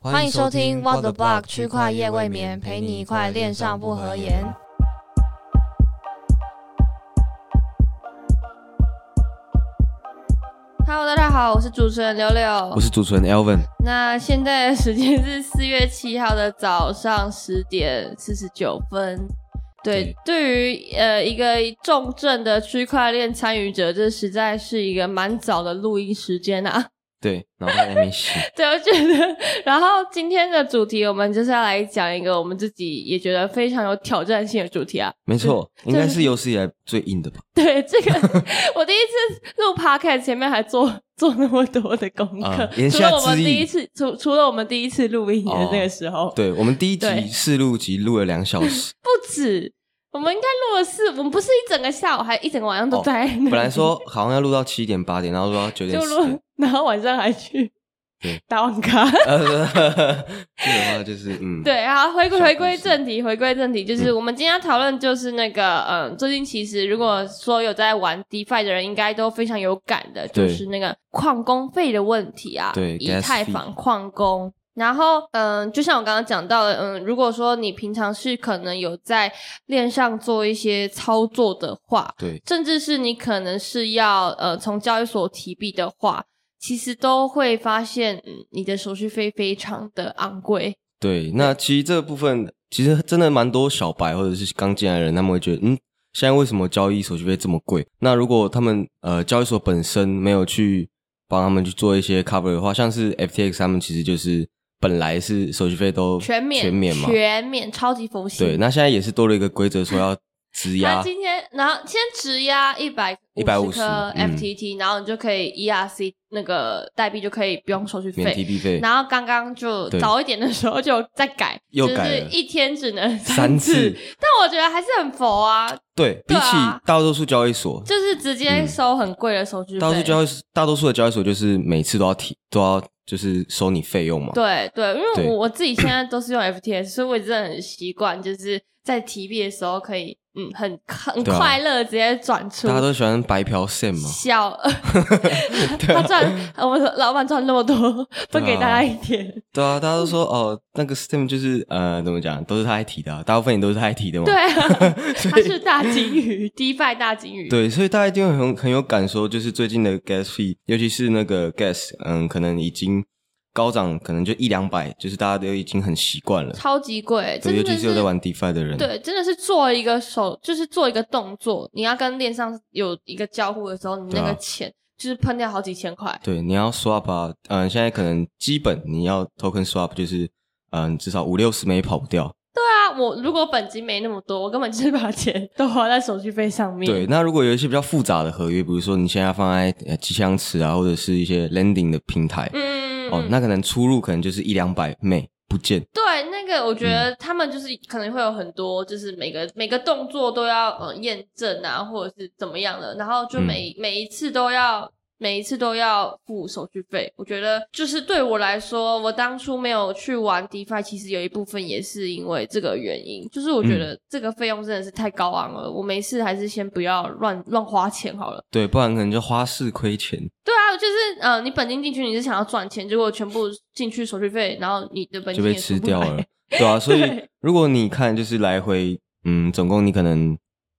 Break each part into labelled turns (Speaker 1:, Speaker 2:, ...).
Speaker 1: 欢迎收听 What the Block 区块夜未眠，陪你一块恋上不合言。
Speaker 2: Hello，大家好，我是主持人柳柳
Speaker 3: 我。是主持人 Elvin，
Speaker 2: 那现在的时间是四月七号的早上十点四十九分。对，对于呃一个重症的区块链参与者，这实在是一个蛮早的录音时间啊。
Speaker 3: 对，然后在那边洗，
Speaker 2: 对，我觉得，然后今天的主题我们就是要来讲一个我们自己也觉得非常有挑战性的主题啊。
Speaker 3: 没错，应该是有史以来最硬的吧？
Speaker 2: 对，这个我第一次录 podcast 前面还做做那么多的功课，
Speaker 3: 啊言
Speaker 2: 除了
Speaker 3: 下
Speaker 2: 我们
Speaker 3: 之意
Speaker 2: 第一次除除了我们第一次录音的那个时候，
Speaker 3: 哦对，我们第一
Speaker 2: 对
Speaker 3: 集试录集录了两小 时，
Speaker 2: 不止，我们应该录了四，我们不是一整个下午，还一整个晚上都
Speaker 3: 哦
Speaker 2: 在、
Speaker 3: 本来说好像要录到七点八点，然后录到九点
Speaker 2: 就
Speaker 3: 十
Speaker 2: 录
Speaker 3: 点。，
Speaker 2: 然后晚上还去
Speaker 3: 对
Speaker 2: 打网咖。
Speaker 3: 呃， 这个的话就是嗯，
Speaker 2: 对，好，回归
Speaker 3: 小
Speaker 2: 回归
Speaker 3: 故事嗯
Speaker 2: 正题，回归正题，就是我们今天要讨论就是那个，嗯，最近其实如果说有在玩 DeFi 的人，应该都非常有感的，就
Speaker 3: 对
Speaker 2: 是那个矿工费的问题啊，
Speaker 3: 对
Speaker 2: 以
Speaker 3: gas
Speaker 2: 太
Speaker 3: fee
Speaker 2: 坊矿工。然后，嗯，就像我刚刚讲到的，嗯，如果说你平常是可能有在链上做一些操作的话，
Speaker 3: 对
Speaker 2: 甚至是你可能是要呃从交易所提币的话，其实都会发现、嗯、你的手续费非常的昂贵。
Speaker 3: 对，那其实这个部分其实真的蛮多小白或者是刚进来的人，他们会觉得，嗯，现在为什么交易手续费这么贵？那如果他们呃交易所本身没有去帮他们去做一些 cover 的话，像是 FTX 他们其实就是本来是手续费都
Speaker 2: 全免，
Speaker 3: 全免嘛，
Speaker 2: 全免超级佛系。
Speaker 3: 对，那现在也是多了一个规则，说要质
Speaker 2: 他
Speaker 3: 押，
Speaker 2: 今天，然后先质押一百
Speaker 3: 150
Speaker 2: 颗
Speaker 3: 嗯
Speaker 2: FTT，、然后你就可以 ERC 那个代币就可以不用手续
Speaker 3: 免
Speaker 2: 费。
Speaker 3: TP 费，
Speaker 2: 然后刚刚就
Speaker 3: 对
Speaker 2: 早一点的时候就再改，
Speaker 3: 又
Speaker 2: 就
Speaker 3: 改
Speaker 2: 是
Speaker 3: 了
Speaker 2: 一天只能
Speaker 3: 三
Speaker 2: 次，
Speaker 3: 次，
Speaker 2: 但我觉得还是很佛啊，
Speaker 3: 对，比
Speaker 2: 对
Speaker 3: 起
Speaker 2: 啊
Speaker 3: 大多数交易所，
Speaker 2: 就是直接
Speaker 3: 嗯
Speaker 2: 收很贵的手续费。
Speaker 3: 大多数交易大多数的交易所就是每次都要提，都要就是收你费用嘛，
Speaker 2: 对对，因为
Speaker 3: 对
Speaker 2: 我我自己现在都是用 FTS，所以我真的很习惯，就是在提币的时候可以，嗯，很很
Speaker 3: 对啊
Speaker 2: 快乐地直接转出
Speaker 3: 大。家都喜欢白嫖 Sam 嘛，
Speaker 2: 小，他赚我们老板赚那么多，分给大家一点。
Speaker 3: 对啊，大家都说哦，那个 Sam 就是呃，怎么讲，都是他来提的啊、大部分也都是他来提的嘛，
Speaker 2: 对啊，他是大金鱼，DeFi 大金鱼。
Speaker 3: 哦对，所以大家一定会很很有感受，就是最近的 gas fee，尤其是那个 gas，嗯，可能已经高涨，可能就一两百，就是大家都已经很习惯了。
Speaker 2: 超级贵，
Speaker 3: 对，
Speaker 2: 真
Speaker 3: 尤
Speaker 2: 的
Speaker 3: 其是有在玩 DeFi 的人，
Speaker 2: 对，真的是做一个手，就是做一个动作，你要跟链上有一个交互的时候，你那
Speaker 3: 对
Speaker 2: 个
Speaker 3: 啊
Speaker 2: 钱、就是喷掉好几千块。
Speaker 3: 对，你要 swap 啊，嗯、现在可能基本你要 token swap 就是，嗯、至少五六十枚跑不掉。
Speaker 2: 那啊我如果本金没那么多，我根本就是把钱都花在手续费上面。
Speaker 3: 对，那如果有一些比较复杂的合约，比如说你现在放在呃机枪池啊，或者是一些 lending 的平台，
Speaker 2: 嗯，嗯，
Speaker 3: 哦
Speaker 2: 嗯，
Speaker 3: 那可能出入可能就是一两百枚不见。
Speaker 2: 对那个，我觉
Speaker 3: 嗯
Speaker 2: 得他们就是可能会有很多，就是每个每个动作都要呃验证啊，或者是怎么样的，然后
Speaker 3: 嗯
Speaker 2: 就每、每一次都要。每一次都要付手续费，我觉得就是对我来说，我当初没有去玩 DeFi，其实有一部分也是因为这个原因，就是我觉
Speaker 3: 嗯
Speaker 2: 得这个费用真的是太高昂了，我没事还是先不要乱乱花钱好了。
Speaker 3: 对，不然可能就花式亏钱。
Speaker 2: 对啊，就是呃，你本金进去你是想要赚钱，结果全部进去手续费，然后你的本
Speaker 3: 就
Speaker 2: 金
Speaker 3: 被
Speaker 2: 也出
Speaker 3: 吃
Speaker 2: 不
Speaker 3: 掉
Speaker 2: 来
Speaker 3: 了， 对啊，所以
Speaker 2: 对
Speaker 3: 如果你看就是来回，嗯，总共你可能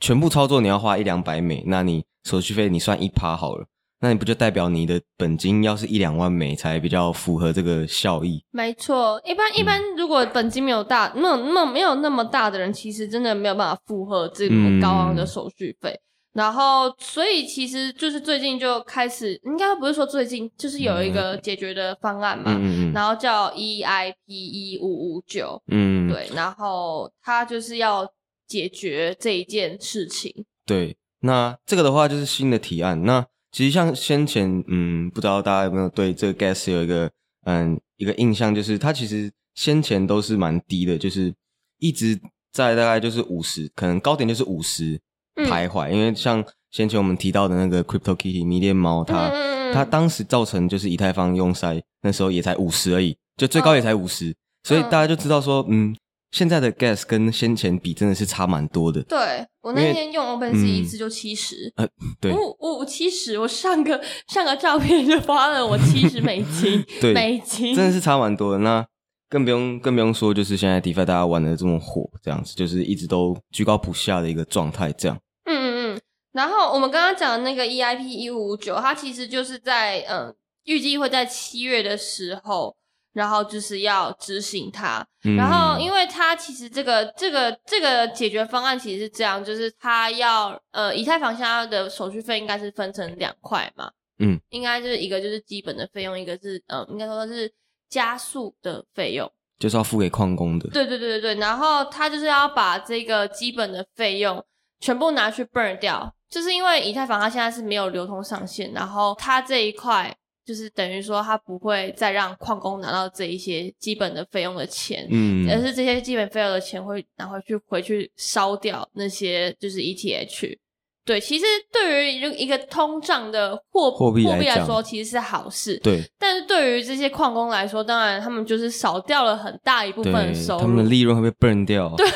Speaker 3: 全部操作你要花一两百美，那你手续费你算一趴好了，那你不就代表你的本金要是一两万美才比较符合这个效益？
Speaker 2: 没错，一般一般
Speaker 3: 嗯
Speaker 2: 如果本金没有大，没有那么没有那么大的人，其实真的没有办法负荷这
Speaker 3: 嗯
Speaker 2: 么高昂的手续费。然后，所以其实就是最近就开始，应该不是说最近，就是有一个解决的方案嘛，
Speaker 3: 嗯嗯嗯
Speaker 2: 然后叫 E EIP 一五五九，
Speaker 3: 嗯，
Speaker 2: 对，然后它就是要解决这一件事情。
Speaker 3: 对，那这个的话就是新的提案。那其实像先前，嗯，不知道大家有没有对这个 gas 有一个嗯一个印象，就是它其实先前都是蛮低的，就是一直在大概就是五十，可能高点就是五十
Speaker 2: 嗯
Speaker 3: 徘徊。因为像先前我们提到的那个 Crypto Kitty 迷恋猫，它、
Speaker 2: 嗯嗯嗯
Speaker 3: 它当时造成就是以太坊用塞那时候也才五十而已，就最高也
Speaker 2: 哦
Speaker 3: 才五十、所以大家就知道说，嗯，现在的 gas 跟先前比真的是差蛮多的。
Speaker 2: 对我
Speaker 3: 因
Speaker 2: 那
Speaker 3: 为
Speaker 2: 天用 OpenSea 一
Speaker 3: 嗯
Speaker 2: 次就七十、
Speaker 3: 呃对
Speaker 2: 我我七十，我上个上个照片就花了我七十美金
Speaker 3: ，对
Speaker 2: 美金，
Speaker 3: 真的是差蛮多的。那更不用更不用说，就是现在 DeFi 大家玩的这么火，这样子就是一直都居高不下的一个状态，这样。
Speaker 2: 嗯嗯嗯。然后我们刚刚讲的那个 EIP 一五五九，它其实就是在嗯，预计会在七月的时候，然后就是要执行它。
Speaker 3: 嗯
Speaker 2: 然后，因为它其实这个这个这个解决方案其实是这样，就是它要呃，以太坊现在的手续费应该是分成两块嘛，
Speaker 3: 嗯，
Speaker 2: 应该就是一个就是基本的费用，一个是呃，应该说是加速的费用。
Speaker 3: 就是要付给矿工的，
Speaker 2: 对对对对对，然后他就是要把这个基本的费用全部拿去 burn 掉，就是因为以太坊它现在是没有流通上限，然后它这一块就是等于说它不会再让矿工拿到这一些基本的费用的钱，
Speaker 3: 嗯，
Speaker 2: 而是这些基本费用的钱会拿回去回去烧掉那些就是 ETH。对，其实对于一个通胀的货
Speaker 3: 货币来
Speaker 2: 来
Speaker 3: 讲
Speaker 2: 说，其实是好事。
Speaker 3: 对
Speaker 2: 但是对于这些矿工来说，当然他们就是少掉了很大一部分的
Speaker 3: 对，
Speaker 2: 收入，
Speaker 3: 他们的利润会被 burn 掉，啊对，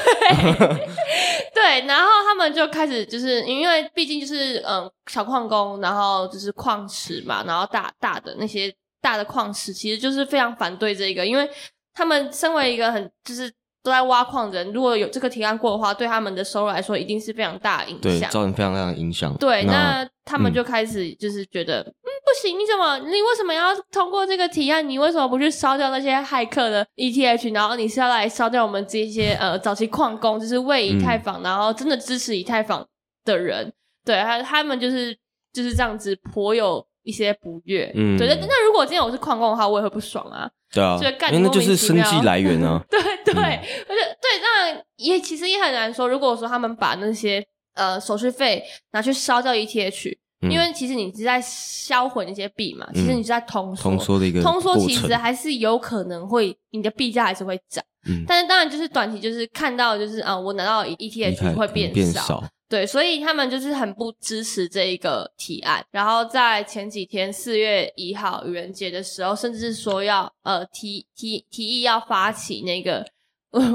Speaker 2: 对，然后他们就开始就是因为毕竟就是嗯小矿工，然后就是矿池嘛，然后大大的那些大的矿池其实就是非常反对这个，因为他们身为一个很就是都在挖矿的人，如果有这个提案过的话，对他们的收入来说一定是非常大的影响。
Speaker 3: 造成非常大的影响。
Speaker 2: 对，那他们
Speaker 3: 嗯
Speaker 2: 就开始就是觉得，嗯不行，你怎么，你为什么要通过这个提案？你为什么不去烧掉那些骇客的 ETH？然后你是要来烧掉我们这些呃早期矿工，就是为以
Speaker 3: 嗯
Speaker 2: 太坊，然后真的支持以太坊的人，对，他他们就是就是这样子颇有一些不悦。
Speaker 3: 嗯
Speaker 2: 对，那那如果今天我是矿工的话，我也会不爽啊。
Speaker 3: 对啊
Speaker 2: 所以，干
Speaker 3: 因为那就
Speaker 2: 莫
Speaker 3: 是
Speaker 2: 名其
Speaker 3: 生
Speaker 2: 妙，
Speaker 3: 计来源啊
Speaker 2: 对对，而且对，当然也其实也很难说。如果说他们把那些呃手续费拿去烧掉 E ETH，、
Speaker 3: 嗯
Speaker 2: 因为其实你是在销毁那些币嘛，其实你是在通缩。
Speaker 3: 通缩的一个
Speaker 2: 通缩
Speaker 3: 过
Speaker 2: 其
Speaker 3: 程
Speaker 2: 实还是有可能会，你的币价还是会涨，
Speaker 3: 嗯
Speaker 2: 但是当然就是短期就是看到就是啊、我拿到 ETH 会
Speaker 3: ，E 变
Speaker 2: 少，
Speaker 3: 少，
Speaker 2: 对，所以他们就是很不支持这一个提案。然后在前几天四月一号愚人节的时候，甚至是说要呃提提提议要发起那个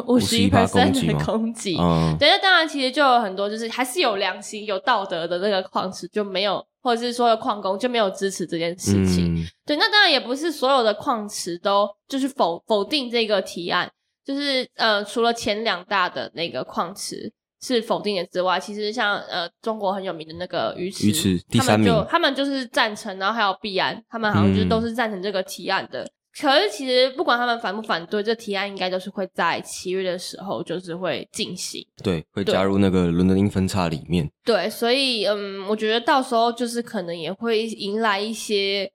Speaker 2: 五十一 percent
Speaker 3: 攻击
Speaker 2: 的
Speaker 3: 吗
Speaker 2: 攻击。
Speaker 3: 嗯，
Speaker 2: 对，那当然其实就有很多就是还是有良心、有道德的那个矿池就没有，或者是说有矿工就没有支持这件事情。
Speaker 3: 嗯
Speaker 2: 对，那当然也不是所有的矿池都就是否否定这个提案，就是呃，除了前两大的那个矿池是否定的之外，其实像呃中国很有名的那个鱼池，
Speaker 3: 鱼池第
Speaker 2: 他们
Speaker 3: 三
Speaker 2: 就
Speaker 3: 名
Speaker 2: 他们就是赞成，然后还有币安，他们好像就是
Speaker 3: 嗯
Speaker 2: 都是赞成这个提案的。可是其实不管他们反不反对，这提案应该都是会在七月的时候就是会进行。
Speaker 3: 对，会
Speaker 2: 对
Speaker 3: 加入那个伦敦英分叉里面，
Speaker 2: 对，所以嗯，我觉得到时候就是可能也会迎来一些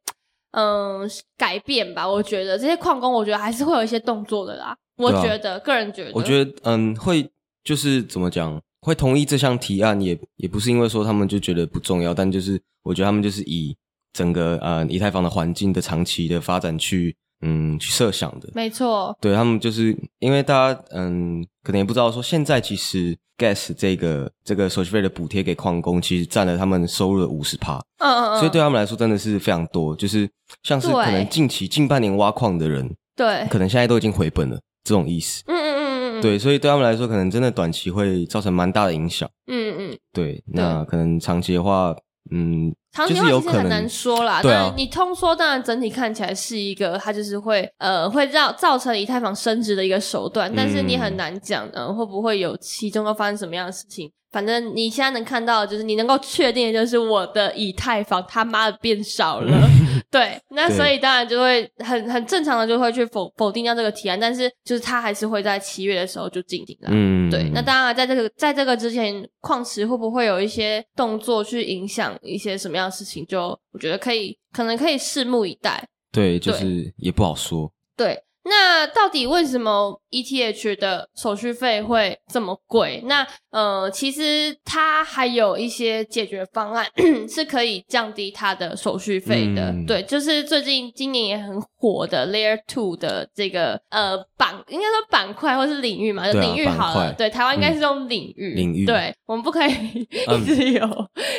Speaker 2: 嗯改变吧。我觉得这些矿工，我觉得还是会有一些动作的啦。我
Speaker 3: 对啊
Speaker 2: 觉得，个人觉得，
Speaker 3: 我觉得嗯，会就是怎么讲，会同意这项提案也也不是因为说他们就觉得不重要，但就是我觉得他们就是以整个呃以太坊的环境的长期的发展去嗯去设想的，
Speaker 2: 没错，
Speaker 3: 对他们就是因为大家嗯，可能也不知道说现在其实 gas 这个这个手续费的补贴给矿工，其实占了他们收入的五十趴，
Speaker 2: 嗯嗯嗯，
Speaker 3: 所以对他啊们来说真的是非常多。就是像是
Speaker 2: 对哎
Speaker 3: 可能近期近半年挖矿的人，
Speaker 2: 对，
Speaker 3: 可能现在都已经回本了，这种意思。
Speaker 2: 嗯嗯嗯嗯，嗯，
Speaker 3: 对，所以对他们来说，可能真的短期会造成蛮大的影响。
Speaker 2: 嗯嗯。
Speaker 3: 对，那可能长期的话，嗯，
Speaker 2: 长期
Speaker 3: 就
Speaker 2: 化
Speaker 3: 是有
Speaker 2: 其实
Speaker 3: 可
Speaker 2: 很难
Speaker 3: 能。
Speaker 2: 说啦，
Speaker 3: 对啊
Speaker 2: 但你通缩当然整体看起来是一个，它就是会呃会让造成以太坊升值的一个手段，但是你
Speaker 3: 嗯
Speaker 2: 很难讲，呃会不会有其中要发生什么样的事情。反正你现在能看到的就是你能够确定的就是我的以太坊他妈的变少了， 对，那
Speaker 3: 嗯对
Speaker 2: 所以当然就会很很正常的就会去否否定掉这个提案，但是就是它还是会在七月的时候就进行了。
Speaker 3: 嗯，
Speaker 2: 啊对，那当然，在这个在这个之前，矿池会不会有一些动作去影响一些什么样的事情？就我觉得可以，可能可以拭目以待。
Speaker 3: 对，就
Speaker 2: 对
Speaker 3: 是也不好说。
Speaker 2: 对，那到底为什么 ETH 的手续费会这么贵？那呃，其实它还有一些解决方案 是可以降低它的手续费的。
Speaker 3: 嗯
Speaker 2: 对，就是最近今年也很火的 Layer Two 的这个呃板，应该说板块或是领域嘛，就
Speaker 3: 对啊
Speaker 2: 领域好
Speaker 3: 板
Speaker 2: 了。
Speaker 3: 块嗯
Speaker 2: 对，台湾应该是用领域。
Speaker 3: 领域
Speaker 2: 对，我们不可以 一
Speaker 3: 嗯
Speaker 2: 直有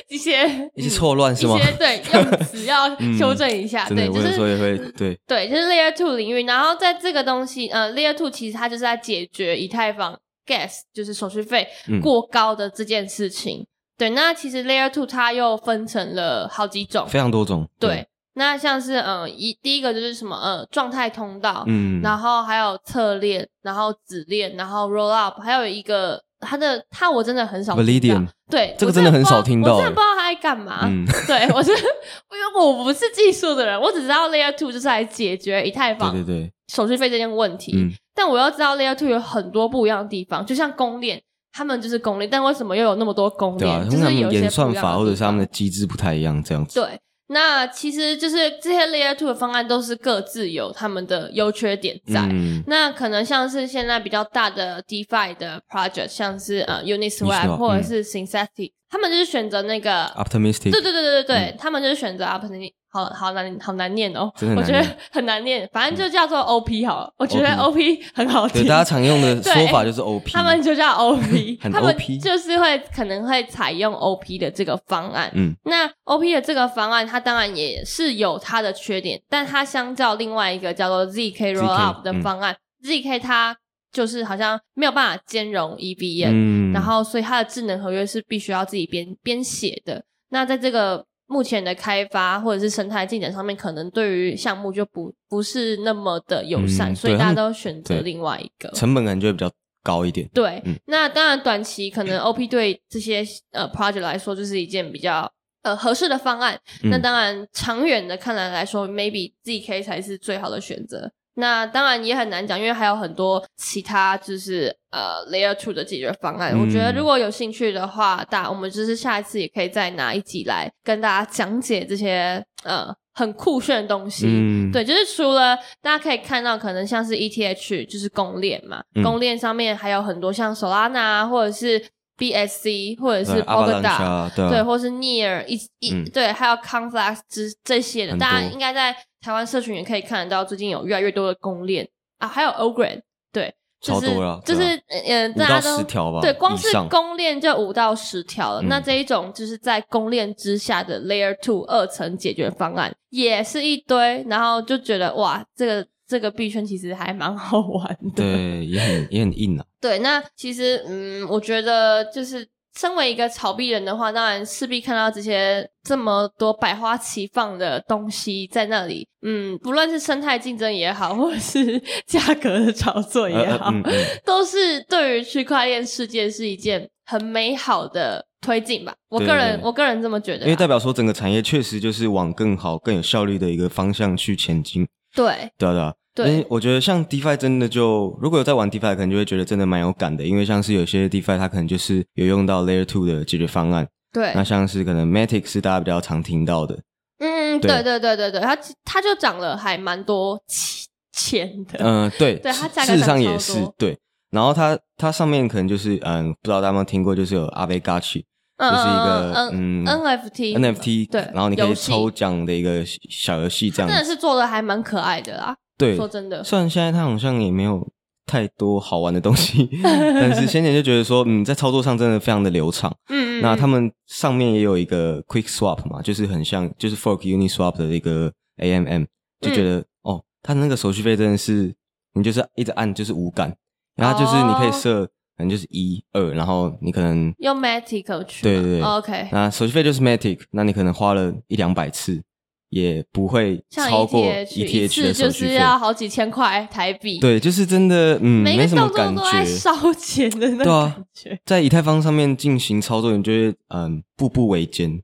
Speaker 2: 一些
Speaker 3: 一些错乱是吗
Speaker 2: 嗯
Speaker 3: 嗯
Speaker 2: 一些对用 词要修正一下。
Speaker 3: 真
Speaker 2: 对，
Speaker 3: 的，
Speaker 2: 就
Speaker 3: 我有
Speaker 2: 是嗯
Speaker 3: 时候也会对，
Speaker 2: 对，就是 Layer Two 领域。然后在这个东西，呃，Layer Two 其实它就是在解决以太坊 gas 就是手续费
Speaker 3: 嗯
Speaker 2: 过高的这件事情。对，那其实 Layer Two 它又分成了好几种。
Speaker 3: 非常多种。
Speaker 2: 对，那像是嗯一第一个就是什么呃状态通道，
Speaker 3: 嗯，
Speaker 2: 然后还有侧链，然后指链，然后 roll up，还有一个它的它我真的很少听到
Speaker 3: Validian，
Speaker 2: 对，
Speaker 3: 这个
Speaker 2: 我
Speaker 3: 真的很
Speaker 2: 不知道
Speaker 3: 少听到
Speaker 2: 我真的
Speaker 3: 欸
Speaker 2: 不知道它在干嘛。
Speaker 3: 嗯，
Speaker 2: 对我是因为我不是技术的人，我只知道 Layer Two 就是来解决以太坊
Speaker 3: 对对对，
Speaker 2: 手续费这件问题。
Speaker 3: 嗯
Speaker 2: 但我要知道 Layer Two 有很多不一样的地方，就像公链，他们就是公链，但为什么又有那么多公
Speaker 3: 对
Speaker 2: 链？
Speaker 3: 啊，
Speaker 2: 就
Speaker 3: 通
Speaker 2: 是
Speaker 3: 常
Speaker 2: 有一些
Speaker 3: 演算
Speaker 2: 不一样的
Speaker 3: 法或者是他们的
Speaker 2: 地
Speaker 3: 机制不太一样，这样子。
Speaker 2: 方对。那其实就是这些 Layer Two 的方案都是各自有他们的优缺点在。
Speaker 3: 嗯，
Speaker 2: 那可能像是现在比较大的 DeFi 的 project，像是呃 Uniswap
Speaker 3: Uniswap，
Speaker 2: 或者是 Synthetic，、他们就是选择那个
Speaker 3: optimistic，
Speaker 2: 对对对对对对，他们就是选择 o p p o r t u n i t 好好难好难念哦，
Speaker 3: 嗯真的
Speaker 2: 我
Speaker 3: 很
Speaker 2: 觉
Speaker 3: 难
Speaker 2: 得很难念，反正就叫做 OP 好了，我觉得
Speaker 3: OP
Speaker 2: OP 很 好
Speaker 3: 对
Speaker 2: 听。
Speaker 3: 大家常用的
Speaker 2: 对
Speaker 3: 说法就是 OP，
Speaker 2: 他们就叫 OP，
Speaker 3: 很
Speaker 2: 他们
Speaker 3: OP
Speaker 2: 就是会可能会采用 OP 的这个方案。
Speaker 3: 嗯
Speaker 2: 那 OP 的这个方案，它当然也是有它的缺点，但它相较另外一个叫做 ZK Roll Up 的
Speaker 3: 嗯
Speaker 2: 方案、z k 它就是好像没有办法兼容 EVM，、
Speaker 3: 嗯，
Speaker 2: 然后所以它的智能合约是必须要自己编编写的。那在这个目前的开发或者是生态进展上面，可能对于项目就不不是那么的友善，
Speaker 3: 嗯
Speaker 2: 所以
Speaker 3: 对
Speaker 2: 大家
Speaker 3: 他们
Speaker 2: 都选择
Speaker 3: 对
Speaker 2: 另外一个。
Speaker 3: 成本感觉比较高一点。
Speaker 2: 对，
Speaker 3: 嗯
Speaker 2: 那当然短期可能 OP 对这些呃 project 来说就是一件比较呃合适的方案。
Speaker 3: 嗯
Speaker 2: 那当然长远的看来来说，maybe ZK 才是最好的选择。那当然也很难讲，因为还有很多其他就是呃 Layer Two 的解决方案。
Speaker 3: 嗯
Speaker 2: 我觉得如果有兴趣的话，大我们就是下一次也可以再拿一集来跟大家讲解这些呃很酷炫的东西。
Speaker 3: 嗯，
Speaker 2: 对，就是除了大家可以看到，可能像是 ETH 就是公链嘛，
Speaker 3: 嗯
Speaker 2: 公链上面还有很多像 Solana 啊，或者是 BSC，或者
Speaker 3: 对，
Speaker 2: 是
Speaker 3: 阿巴兰
Speaker 2: Polkadot，
Speaker 3: 恰，对啊
Speaker 2: 对，或是 Near 一一、
Speaker 3: 嗯
Speaker 2: 对，还有 Conflux 之这些的，
Speaker 3: 很
Speaker 2: 大家
Speaker 3: 多
Speaker 2: 应该在台湾社群也可以看得到，最近有越来越多的公链啊，还有 Ogren，对，就
Speaker 3: 超
Speaker 2: 是
Speaker 3: 多了
Speaker 2: 就
Speaker 3: 对啊
Speaker 2: 是嗯、呃
Speaker 3: 五
Speaker 2: 大家
Speaker 3: 到十
Speaker 2: 都
Speaker 3: 条吧，
Speaker 2: 对，光
Speaker 3: 以
Speaker 2: 是
Speaker 3: 上
Speaker 2: 公链就五到十条了。
Speaker 3: 嗯
Speaker 2: 那这一种就是在公链之下的 Layer Two 二层解决方案，也是一堆，然后就觉得哇，这个这个币圈其实还蛮好玩的。
Speaker 3: 对也很也很硬啊，
Speaker 2: 对，那其实嗯，我觉得就是身为一个炒币人的话，当然势必看到这些这么多百花齐放的东西在那里，嗯，不论是生态竞争也好，或者是 价格的炒作也
Speaker 3: 呃
Speaker 2: 好，
Speaker 3: 呃嗯嗯
Speaker 2: 都是对于区块链世界是一件很美好的推进吧。我
Speaker 3: 对
Speaker 2: 个
Speaker 3: 对
Speaker 2: 人，
Speaker 3: 对
Speaker 2: 我个人这么觉得啦。
Speaker 3: 因为代表说整个产业确实就是往更好、更有效率的一个方向去前进，
Speaker 2: 对
Speaker 3: 对啊对啊。
Speaker 2: 对
Speaker 3: 但是我觉得像 DeFi 真的就，如果有在玩 DeFi，可能就会觉得真的蛮有感的，因为像是有些 DeFi 它可能就是有用到 Layer Two 的解决方案，
Speaker 2: 对
Speaker 3: 那，像是可能 Matic 是大家比较常听到的，
Speaker 2: 嗯，
Speaker 3: 对
Speaker 2: 对对对对对，它它就涨了还蛮多钱钱的。
Speaker 3: 嗯、对，
Speaker 2: 对它
Speaker 3: 事
Speaker 2: 价格
Speaker 3: 事实
Speaker 2: 涨
Speaker 3: 上
Speaker 2: 超
Speaker 3: 也是
Speaker 2: 多
Speaker 3: 对。然后它它上面可能就是嗯，不知道大家有没有听过，就是有阿贝嘎奇，
Speaker 2: 嗯
Speaker 3: 就是一
Speaker 2: 嗯
Speaker 3: 个
Speaker 2: 嗯
Speaker 3: 嗯
Speaker 2: NFT
Speaker 3: NFT，
Speaker 2: 对
Speaker 3: 然后你可
Speaker 2: 游
Speaker 3: 以
Speaker 2: 戏
Speaker 3: 抽奖的一个小游戏这
Speaker 2: 真
Speaker 3: 样
Speaker 2: 的
Speaker 3: 子。
Speaker 2: 是做的还蛮可爱的啦。嗯
Speaker 3: 对，
Speaker 2: 说真的，
Speaker 3: 虽然现在它好像也没有太多好玩的东西，但是先前就觉得说，嗯，在操作上真的非常的流畅。
Speaker 2: 嗯嗯，
Speaker 3: 那
Speaker 2: 嗯
Speaker 3: 他们上面也有一个 Quick Swap 嘛，就是很像就是 Fork Uniswap 的一个 AMM，就觉得、哦，它那个手续费真的是你就是一直按就是无感，然后就是你可以设可能就是一二，然后你可能
Speaker 2: 用 Matic 去
Speaker 3: 对
Speaker 2: 嘛
Speaker 3: 对对
Speaker 2: OK，
Speaker 3: 那手续费就是 Matic，那你可能花了一两百次也不会
Speaker 2: 像
Speaker 3: 超过
Speaker 2: ETH 一
Speaker 3: ETH
Speaker 2: 次
Speaker 3: 的
Speaker 2: 就
Speaker 3: 手续
Speaker 2: 是
Speaker 3: 费。
Speaker 2: 要好几千块台币，，
Speaker 3: 对，就是真的，嗯，
Speaker 2: 每一
Speaker 3: 没什
Speaker 2: 个
Speaker 3: 么
Speaker 2: 动作
Speaker 3: 感
Speaker 2: 都
Speaker 3: 觉。
Speaker 2: 在烧钱的那
Speaker 3: 对
Speaker 2: 种
Speaker 3: 啊
Speaker 2: 感觉。
Speaker 3: 在以太坊上面进行操作，你就会嗯步步维艰，
Speaker 2: 嗯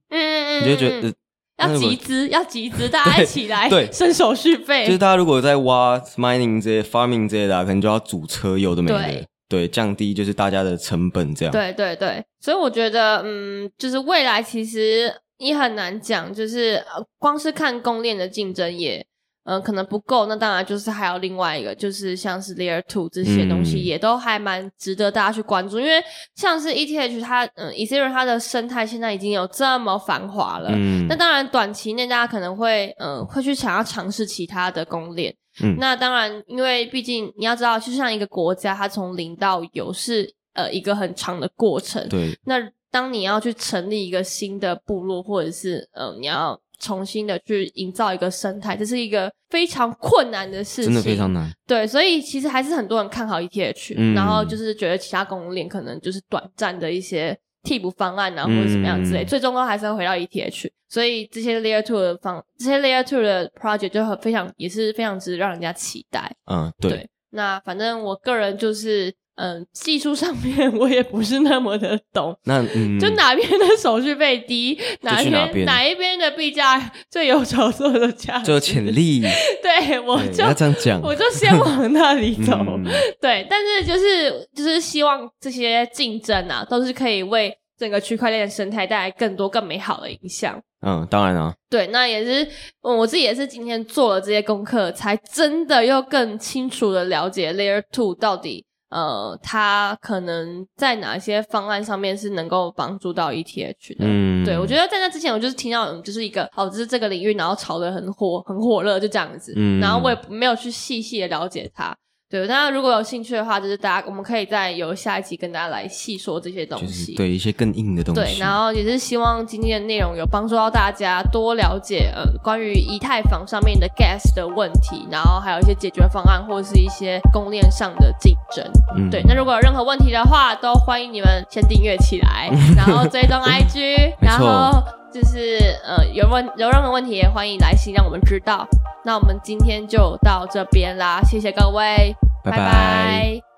Speaker 3: 你
Speaker 2: 嗯嗯，
Speaker 3: 就会觉
Speaker 2: 嗯
Speaker 3: 得、呃
Speaker 2: 要
Speaker 3: 那如果
Speaker 2: 集资，要集资，大家一起来
Speaker 3: 对
Speaker 2: 伸手续费。
Speaker 3: 就是大家如果在挖 mining 这些、farming 这些的、啊，可能就要组车，有的没的，
Speaker 2: 对
Speaker 3: 对降低就是大家的成本这样。，
Speaker 2: 对对对，所以我觉得，嗯，就是未来其实你很难讲，就是、呃、光是看供链的竞争也，嗯、可能不够。那当然就是还有另外一个，就是像是 Layer Two 这些东西，
Speaker 3: 嗯
Speaker 2: 也都还蛮值得大家去关注，因为像是 ETH 它，嗯，Ethereum 它的生态现在已经有这么繁华了。
Speaker 3: 嗯
Speaker 2: 那当然，短期内大家可能会，嗯、会去想要尝试其他的供链。
Speaker 3: 嗯
Speaker 2: 那当然，因为毕竟你要知道，就像一个国家，它从零到有是呃一个很长的过程。
Speaker 3: 对，
Speaker 2: 那当你要去成立一个新的部落，或者是呃你要重新的去营造一个生态，这是一个非常困难的事情，
Speaker 3: 真的非常难。
Speaker 2: 对。所以其实还是很多人看好 E ETH，、
Speaker 3: 嗯
Speaker 2: 然后就是觉得其他供应链可能就是短暂的一些替补方案啊，或者什么样之类，
Speaker 3: 嗯
Speaker 2: 最终都还是要回到 ETH。所以这些 Layer Two 的方，这些 Layer Two 的 project 就很非常也是非常值得让人家期待。
Speaker 3: 嗯，对，
Speaker 2: 那反正我个人就是，嗯，技术上面 我也不是那么的懂，
Speaker 3: 那嗯，
Speaker 2: 就哪边的手续费低，哪
Speaker 3: 去
Speaker 2: 边
Speaker 3: 哪边
Speaker 2: 一边的币价最有炒作的价值，
Speaker 3: 就有潜。力，
Speaker 2: 对， 我
Speaker 3: 对
Speaker 2: 就
Speaker 3: 要这样讲，
Speaker 2: 我就先往那里走。
Speaker 3: 嗯
Speaker 2: 对，但是就是就是希望这些竞争啊，都是可以为整个区块链生态带来更多更美好的影响。
Speaker 3: 嗯，当然啊，
Speaker 2: 对，那也是嗯我自己也是今天做了这些功课，才真的又更清楚的了解 Layer Two 到底呃，它可能在哪些方案上面是能够帮助到 ETH 的。
Speaker 3: 嗯，
Speaker 2: 对，我觉得在那之前，我就是听到嗯就是一个哦，就是这个领域，然后炒得很火，很火热，就这样子。
Speaker 3: 嗯
Speaker 2: 然后我也没有去细细的了解它。对，那如果有兴趣的话，就是大家我们可以再有下一集跟大家来细说这些东
Speaker 3: 就是
Speaker 2: 西。
Speaker 3: 对一些更硬的东西，
Speaker 2: 对，然后也是希望今天的内容有帮助到大家多了解呃关于以太坊上面的 gas 的问题，然后还有一些解决方案或者是一些供链上的竞争。
Speaker 3: 嗯
Speaker 2: 对，那如果有任何问题的话，都欢迎你们先订阅起 来，然后追踪 IG，
Speaker 3: 嗯没
Speaker 2: 然
Speaker 3: 错
Speaker 2: 后就是呃有问有任何问题也欢迎来信让我们知道。那我们今天就到这边啦，谢谢各位，
Speaker 3: 拜
Speaker 2: 拜拜